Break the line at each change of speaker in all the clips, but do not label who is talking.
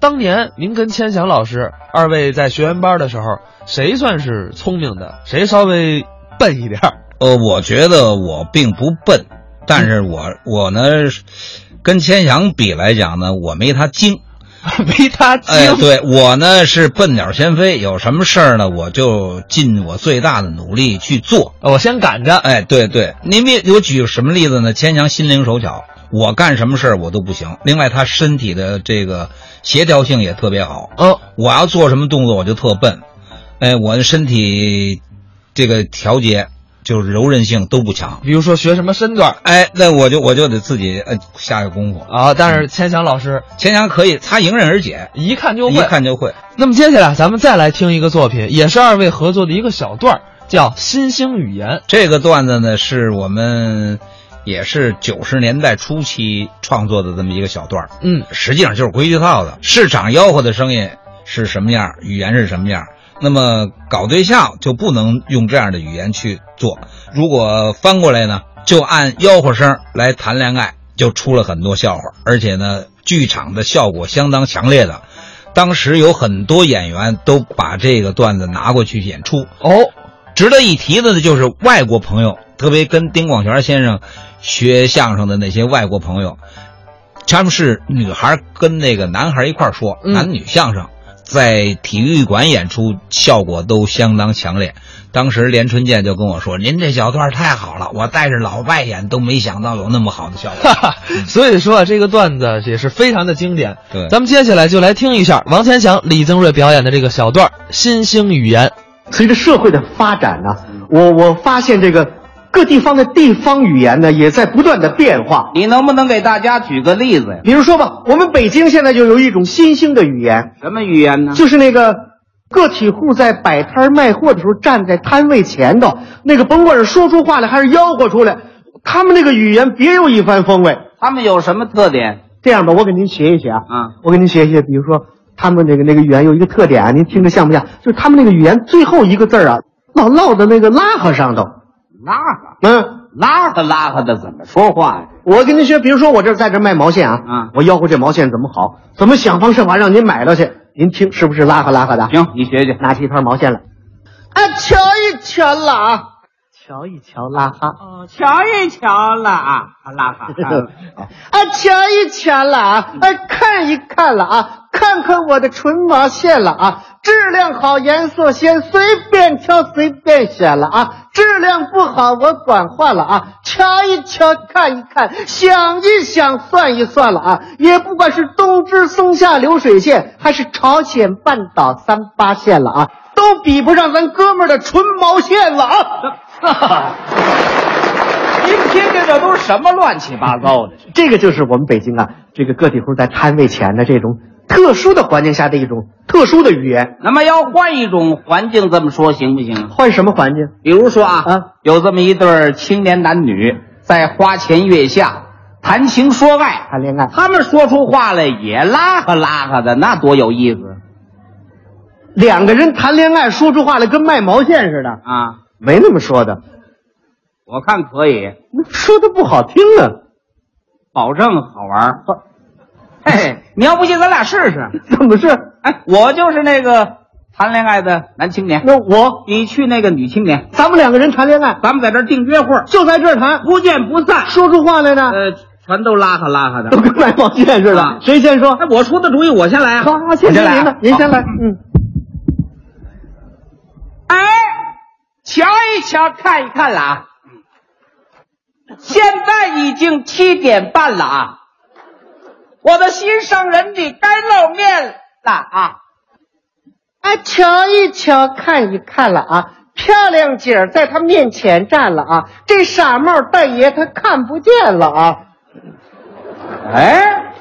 当年您跟千祥老师二位在学员班的时候，谁算是聪明的，谁稍微笨一点儿？
呃，我觉得我并不笨，但是我我呢，是跟千祥比来讲呢，我没他精。
没他精。
哎，对我呢是笨鸟先飞，有什么事儿呢，我就尽我最大的努力去做。
呃我先赶着。
哎，对对，您别我举什么例子呢？千强心灵手巧，我干什么事儿我都不行。另外，他身体的这个协调性也特别好。
哦，
我要做什么动作我就特笨，哎，我的身体这个调节就是柔韧性都不强。
比如说学什么身段
哎，那我就我就得自己呃下个功夫。
啊，但是千祥老师
千强可以，他迎刃而解，
一看就会。
一看就会。
那么接下来咱们再来听一个作品，也是二位合作的一个小段儿，叫《新兴语言》。
这个段子呢，是我们也是九十年代初期创作的这么一个小段儿，
嗯，
实际上就是规矩套的。市场吆喝的声音是什么样，语言是什么样。那么搞对象就不能用这样的语言去做，如果翻过来呢，就按吆喝声来谈恋爱，就出了很多笑话，而且呢，剧场的效果相当强烈的。当时有很多演员都把这个段子拿过去演出，
哦，
值得一提的呢，就是外国朋友，特别跟丁广泉先生学相声的那些外国朋友，他们是女孩跟那个男孩一块儿说、
嗯
男女相声，在体育馆演出效果都相当强烈。当时连春建就跟我说：“您这小段儿太好了，我带着老外演都没想到有那么好的效果。
哈哈，所以说啊，这个段子也是非常的经典。”
对，
咱们接下来就来听一下王千祥、李增瑞表演的这个小段儿《新兴语言》。
随着社会的发展呢、我我发现这个各地方的地方语言呢也在不断的变化。
你能不能给大家举个例子呀？
比如说吧，我们北京现在就有一种新兴的语言，
什么语言呢？
就是那个个体户在摆摊卖货的时候，站在摊位前头，那个甭管是说出话来还是吆喝出来，他们那个语言别有一番风味。
他们有什么特点？
这样吧，我给您学一学啊，
嗯
我给您学一学，比如说他们那个那个语言有一个特点啊，您听着像不像？就是他们那个语言最后一个字儿啊，老落到那个拉合上头，
拉哈
嗯。
拉哈拉哈的怎么说话呀？
我跟您说，比如说我这儿在这儿卖毛线啊，
嗯
我吆喝这毛线怎么好，怎么想方设法让您买到去，您听是不是拉哈拉哈的？
行，你学学。
拿起一团毛线来，啊，瞧一瞧了啊，瞧一瞧拉哈，
哦瞧一瞧了啊，拉哈
啊，瞧一瞧了啊，啊，看一看了啊，看看我的纯毛线了啊，质量好，颜色鲜，随便挑随便选了啊，质量不好我管换了啊，瞧一瞧，看一看，想一想，算一算了啊，也不管是东支松下流水线，还是朝鲜半岛三八线了啊，都比不上咱哥们儿的纯毛线了啊。
您听听，这都是什么乱七八糟的？
这个就是我们北京啊，这个个体户在摊位前的这种特殊的环境下的一种特殊的语言。
那么要换一种环境这么说行不行？
换什么环境？
比如说啊，
啊
有这么一对儿青年男女在花前月下谈情说爱，
谈恋爱，
他们说出话来也拉哈拉哈的，那多有意思
两个人谈恋爱说出话来跟卖毛线似的，
啊！
没那么说的，
我看可以。
说的不好听啊。
保证好玩儿。嘿嘿，你要不信，咱俩试试。
怎么是？
哎，我就是那个谈恋爱的男青年，
那我
你去那个女青年，
咱们两个人谈恋爱
咱们在这儿订约会儿，
就在这儿谈，
不见不散。
说出话来呢，
呃，全都拉哈拉哈的
都。跟卖毛线 似的
啊。
谁先说？
那我出的主意，我先来啊！
好，先
我
听
先来
您
啊
的，您先来。
好
嗯，
哎，瞧一瞧，看一看了啊！现在已经七点半了啊！我的心上人，你该露面了啊！
哎，瞧一瞧，看一看了啊，漂亮姐儿在他面前站了啊，这傻帽大爷他看不见了啊。
哎，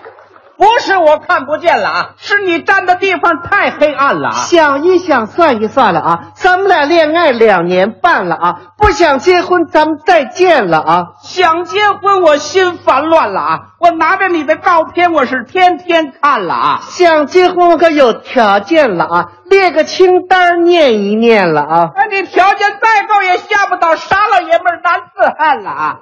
不是我看不见了啊，是你站的地方太黑暗了啊！
想一想，算一算了啊，咱们俩恋爱两年半了啊，不想结婚，咱们再见了啊。
想结婚，我心烦乱了啊！我拿着你的照片，我是天天看了啊！
想结婚我可有条件了啊，列个清单念一念了啊。
那你条件再高，也吓不倒傻老爷们儿男子汉了啊！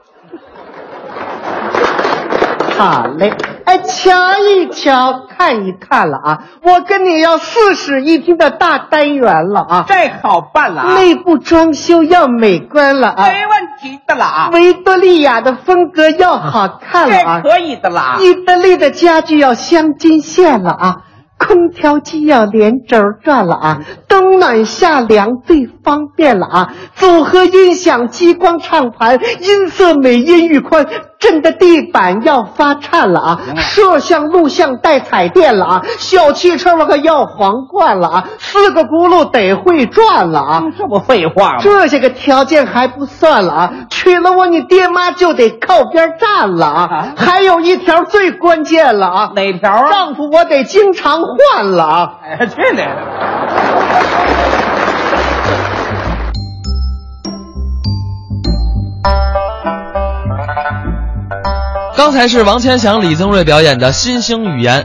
好嘞，哎，瞧一瞧，看一看了啊！我跟你要四室一厅的大单元了啊，
这好办了啊，
内部装修要美观了啊，
没问题的了啊，
维多利亚的风格要好看了啊
这，可以的了啊，
意大利的家具要镶金线了啊，空调机要连轴转了啊，冬暖夏凉最方便了啊，组合音响、激光唱盘、音色美、音域宽，震的地板要发颤了啊，摄像、录像带、彩电了啊，小汽车我可要皇冠了啊，四个轱辘得会转了啊。
这不废话吗？
这些个条件还不算了啊！娶了我，你爹妈就得靠边站了啊！还有一条最关键了啊，
哪条啊？
丈夫我得经常换了啊！
哎，去你的！
刚才是王千祥、李增瑞表演的新兴语言。